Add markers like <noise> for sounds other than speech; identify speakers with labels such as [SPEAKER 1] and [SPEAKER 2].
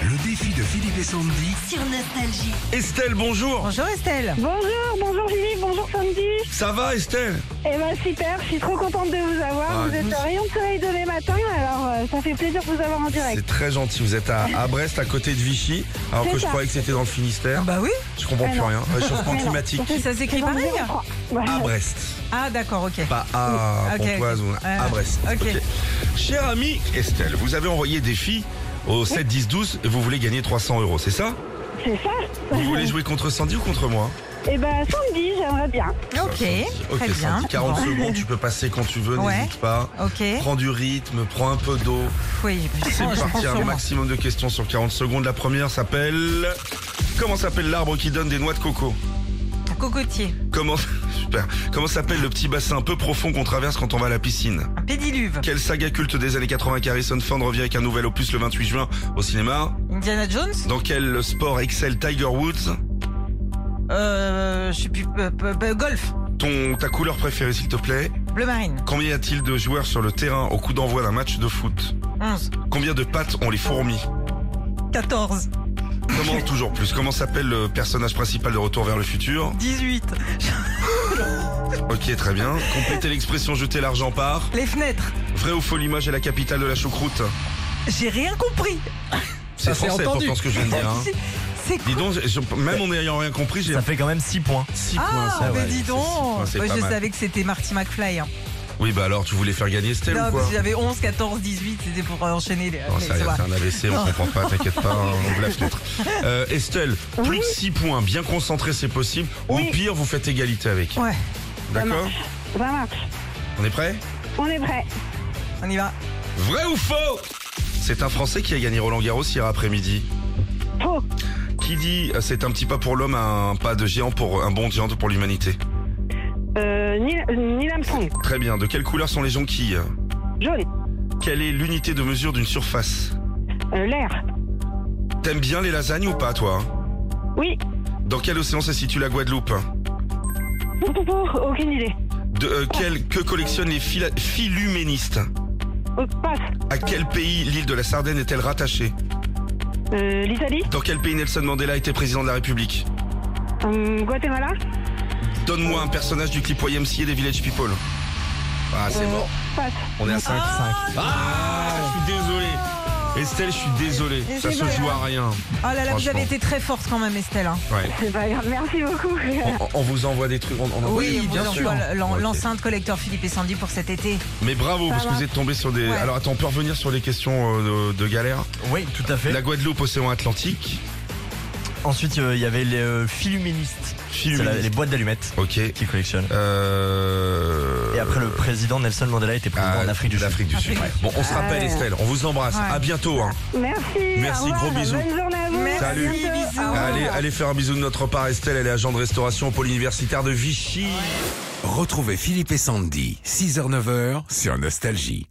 [SPEAKER 1] Philippe et Sandy.
[SPEAKER 2] sur Nostalgie.
[SPEAKER 1] Estelle, bonjour.
[SPEAKER 3] Bonjour Estelle.
[SPEAKER 4] Bonjour, bonjour Philippe, bonjour Sandy.
[SPEAKER 1] Ça va, Estelle
[SPEAKER 4] Eh ben super, je suis trop contente de vous avoir.
[SPEAKER 1] Ah,
[SPEAKER 4] vous êtes un rayon de soleil demain matin, alors euh, ça fait plaisir de vous avoir en direct.
[SPEAKER 1] C'est très gentil. Vous êtes à, à Brest, à côté de Vichy, alors
[SPEAKER 4] C'est
[SPEAKER 1] que je
[SPEAKER 4] ça.
[SPEAKER 1] croyais que c'était dans le Finistère.
[SPEAKER 3] Bah oui, Ah
[SPEAKER 1] Je comprends plus
[SPEAKER 4] Alors.
[SPEAKER 1] rien. Réchauffement
[SPEAKER 4] Alors.
[SPEAKER 1] climatique.
[SPEAKER 3] ça s'écrit
[SPEAKER 4] Dans le
[SPEAKER 3] pareil
[SPEAKER 4] 03. Voilà.
[SPEAKER 1] À Brest.
[SPEAKER 3] Ah d'accord, ok.
[SPEAKER 1] Pas à
[SPEAKER 3] Ok,
[SPEAKER 1] Pontoise
[SPEAKER 3] ok.
[SPEAKER 1] ou à
[SPEAKER 3] Ouais.
[SPEAKER 1] Brest.
[SPEAKER 3] Ok.
[SPEAKER 1] Ok. Chère amie Estelle, vous avez envoyé des filles au 7-10-12 et vous voulez gagner 300 euros, c'est ça
[SPEAKER 4] C'est ça
[SPEAKER 1] Vous voulez jouer contre Sandy ou contre moi
[SPEAKER 4] Eh ben Sandy, j'aimerais bien.
[SPEAKER 3] Ok,
[SPEAKER 1] Ok,
[SPEAKER 3] très bien.
[SPEAKER 1] Sandy, 40
[SPEAKER 3] Bon.
[SPEAKER 1] secondes, tu peux passer quand tu veux,
[SPEAKER 3] Ouais.
[SPEAKER 1] n'hésite pas.
[SPEAKER 3] Ok,
[SPEAKER 1] Prends du rythme, prends un peu d'eau.
[SPEAKER 3] oui, je
[SPEAKER 1] C'est
[SPEAKER 3] prends- Ah, je prends
[SPEAKER 1] parti,
[SPEAKER 3] sur
[SPEAKER 1] un
[SPEAKER 3] moi.
[SPEAKER 1] maximum de questions sur 40 secondes. La première s'appelle. Comment s'appelle l'arbre qui donne des noix de coco
[SPEAKER 3] Cocotier,
[SPEAKER 1] Comment. <laughs> Super. Comment s'appelle le petit bassin peu profond qu'on traverse quand on va à la piscine
[SPEAKER 3] un pédiluve,
[SPEAKER 1] Quelle saga culte des années 80 qui Harrison Ford revient avec un nouvel opus le 28 juin au cinéma
[SPEAKER 3] Indiana Jones,
[SPEAKER 1] Dans quel sport excelle Tiger Woods
[SPEAKER 3] euh, je sais plus, euh, euh, euh, golf,
[SPEAKER 1] Ton, ta couleur préférée, s'il te plaît
[SPEAKER 3] bleu marine,
[SPEAKER 1] Combien y a-t-il de joueurs sur le terrain au coup d'envoi d'un match de foot
[SPEAKER 3] 11,
[SPEAKER 1] Combien de pattes ont les fourmis
[SPEAKER 3] 14,
[SPEAKER 1] Comment, toujours plus, comment s'appelle le personnage principal de Retour vers le futur
[SPEAKER 3] 18,
[SPEAKER 1] Ok, très bien. Complétez l'expression jeter l'argent par.
[SPEAKER 3] <laughs> les fenêtres.
[SPEAKER 1] Vrai ou faux, Limoges est la capitale de la choucroute.
[SPEAKER 3] J'ai rien compris.
[SPEAKER 1] C'est français pourtant ce que je viens de dire.
[SPEAKER 3] <laughs>
[SPEAKER 1] hein.
[SPEAKER 3] C'est- C'est
[SPEAKER 1] Dis donc, je- je- même en n'ayant rien compris, j'ai
[SPEAKER 5] Ça fait quand même 6 points.
[SPEAKER 1] 6 points.
[SPEAKER 3] ah,
[SPEAKER 1] ça,
[SPEAKER 3] mais
[SPEAKER 1] ouais.
[SPEAKER 3] dis
[SPEAKER 1] C'est six
[SPEAKER 3] donc
[SPEAKER 1] points, c'est
[SPEAKER 3] Moi,
[SPEAKER 1] pas
[SPEAKER 3] Je
[SPEAKER 1] mal.
[SPEAKER 3] savais que c'était Marty McFly. hein.
[SPEAKER 1] Oui, bah alors, tu voulais faire gagner Estelle
[SPEAKER 3] Non,
[SPEAKER 1] ou quoi
[SPEAKER 3] parce que j'avais 11, 14, 18, c'était pour euh, enchaîner les.
[SPEAKER 1] Non,
[SPEAKER 3] les-
[SPEAKER 1] ça y est,
[SPEAKER 3] voilà.
[SPEAKER 1] c'est un AVC, on comprend pas, t'inquiète pas, hein, on ouvre la fenêtre. Euh, Estelle, plus de 6 points, bien concentré, c'est possible. Ou
[SPEAKER 4] Oui.
[SPEAKER 1] pire, vous faites égalité avec.
[SPEAKER 3] Ouais,
[SPEAKER 1] D'accord
[SPEAKER 4] Ça marche.
[SPEAKER 1] On est prêt
[SPEAKER 4] On est prêts.
[SPEAKER 3] on y va.
[SPEAKER 1] Vrai ou faux C'est un Français qui a gagné Roland Garros hier après-midi.
[SPEAKER 4] Faux.
[SPEAKER 1] Qui dit euh, c'est un petit pas pour l'homme, un pas de géant pour un bon géant pour l'humanité.
[SPEAKER 4] Euh, Neil, euh, Neil Armstrong.
[SPEAKER 1] Très bien. De quelle couleur sont les jonquilles
[SPEAKER 4] Jaune.
[SPEAKER 1] Quelle est l'unité de mesure d'une surface
[SPEAKER 4] Euh, L'air.
[SPEAKER 1] T'aimes bien les lasagnes ou pas, toi
[SPEAKER 4] Oui.
[SPEAKER 1] Dans quel océan se situe la Guadeloupe
[SPEAKER 4] Pou, pou, pou. Aucune idée.
[SPEAKER 1] De euh, quel- que collectionnent les phila- philuménistes
[SPEAKER 4] Euh, passe.
[SPEAKER 1] À quel pays l'île de la Sardaigne est-elle rattachée
[SPEAKER 4] Euh, L'Italie.
[SPEAKER 1] Dans quel pays Nelson Mandela était président de la République
[SPEAKER 4] Euh, Guatemala.
[SPEAKER 1] Donne-moi un personnage du clip YMCA des Village People. Ah, c'est
[SPEAKER 4] Euh,
[SPEAKER 1] bon.
[SPEAKER 4] Passe.
[SPEAKER 1] On est à 5. Ah, je suis désolé. Estelle, je suis désolé.
[SPEAKER 3] Et
[SPEAKER 1] Ça
[SPEAKER 3] c'est
[SPEAKER 1] se
[SPEAKER 3] pas
[SPEAKER 1] joue à rien.
[SPEAKER 3] Oh là là, vous
[SPEAKER 1] Franchement.
[SPEAKER 3] avez été très forte quand même, Estelle. hein.
[SPEAKER 1] Ouais.
[SPEAKER 4] C'est pas grave. Merci beaucoup. <laughs>
[SPEAKER 1] On, on vous envoie des trucs. On, on envoie
[SPEAKER 3] on vous
[SPEAKER 1] bien sûr.
[SPEAKER 3] envoie l'en-
[SPEAKER 1] Ok.
[SPEAKER 3] l'enceinte collecteur Philippe et Sandy pour cet été.
[SPEAKER 1] Mais bravo,
[SPEAKER 4] Ça
[SPEAKER 1] parce que
[SPEAKER 4] va.
[SPEAKER 1] vous êtes tombé sur des.
[SPEAKER 3] Ouais.
[SPEAKER 1] Alors attends, on peut revenir sur les questions euh, de, de galère.
[SPEAKER 5] Ah, Oui, tout à fait.
[SPEAKER 1] La Guadeloupe, océan Atlantique.
[SPEAKER 5] Ensuite, euh, il y avait les euh, filuministes. C'est la-
[SPEAKER 1] Philuméniste.
[SPEAKER 5] les boîtes d'allumettes
[SPEAKER 1] Ok.
[SPEAKER 5] qu'ils collectionnent.
[SPEAKER 1] Euh...
[SPEAKER 5] Et après, le président Nelson Mandela était président
[SPEAKER 1] ah,
[SPEAKER 5] en Afrique du Sud.
[SPEAKER 1] l'Afrique du Sud.
[SPEAKER 3] Afrique.
[SPEAKER 1] Bon, on se rappelle,
[SPEAKER 3] Ah Ouais.
[SPEAKER 1] Estelle. On vous embrasse.
[SPEAKER 3] Ouais.
[SPEAKER 1] À bientôt. hein.
[SPEAKER 4] Merci.
[SPEAKER 1] Merci,
[SPEAKER 4] au revoir.
[SPEAKER 1] gros bisous.
[SPEAKER 4] Bonne journée à vous.
[SPEAKER 3] Merci,
[SPEAKER 4] À
[SPEAKER 1] Salut.
[SPEAKER 4] bientôt.
[SPEAKER 3] bisous.
[SPEAKER 4] Au revoir.
[SPEAKER 1] Allez, allez faire un bisou de notre part, Estelle. Elle est agent de restauration au pôle universitaire de Vichy.
[SPEAKER 6] Retrouvez Philippe et Sandy, 6h-9h sur Nostalgie.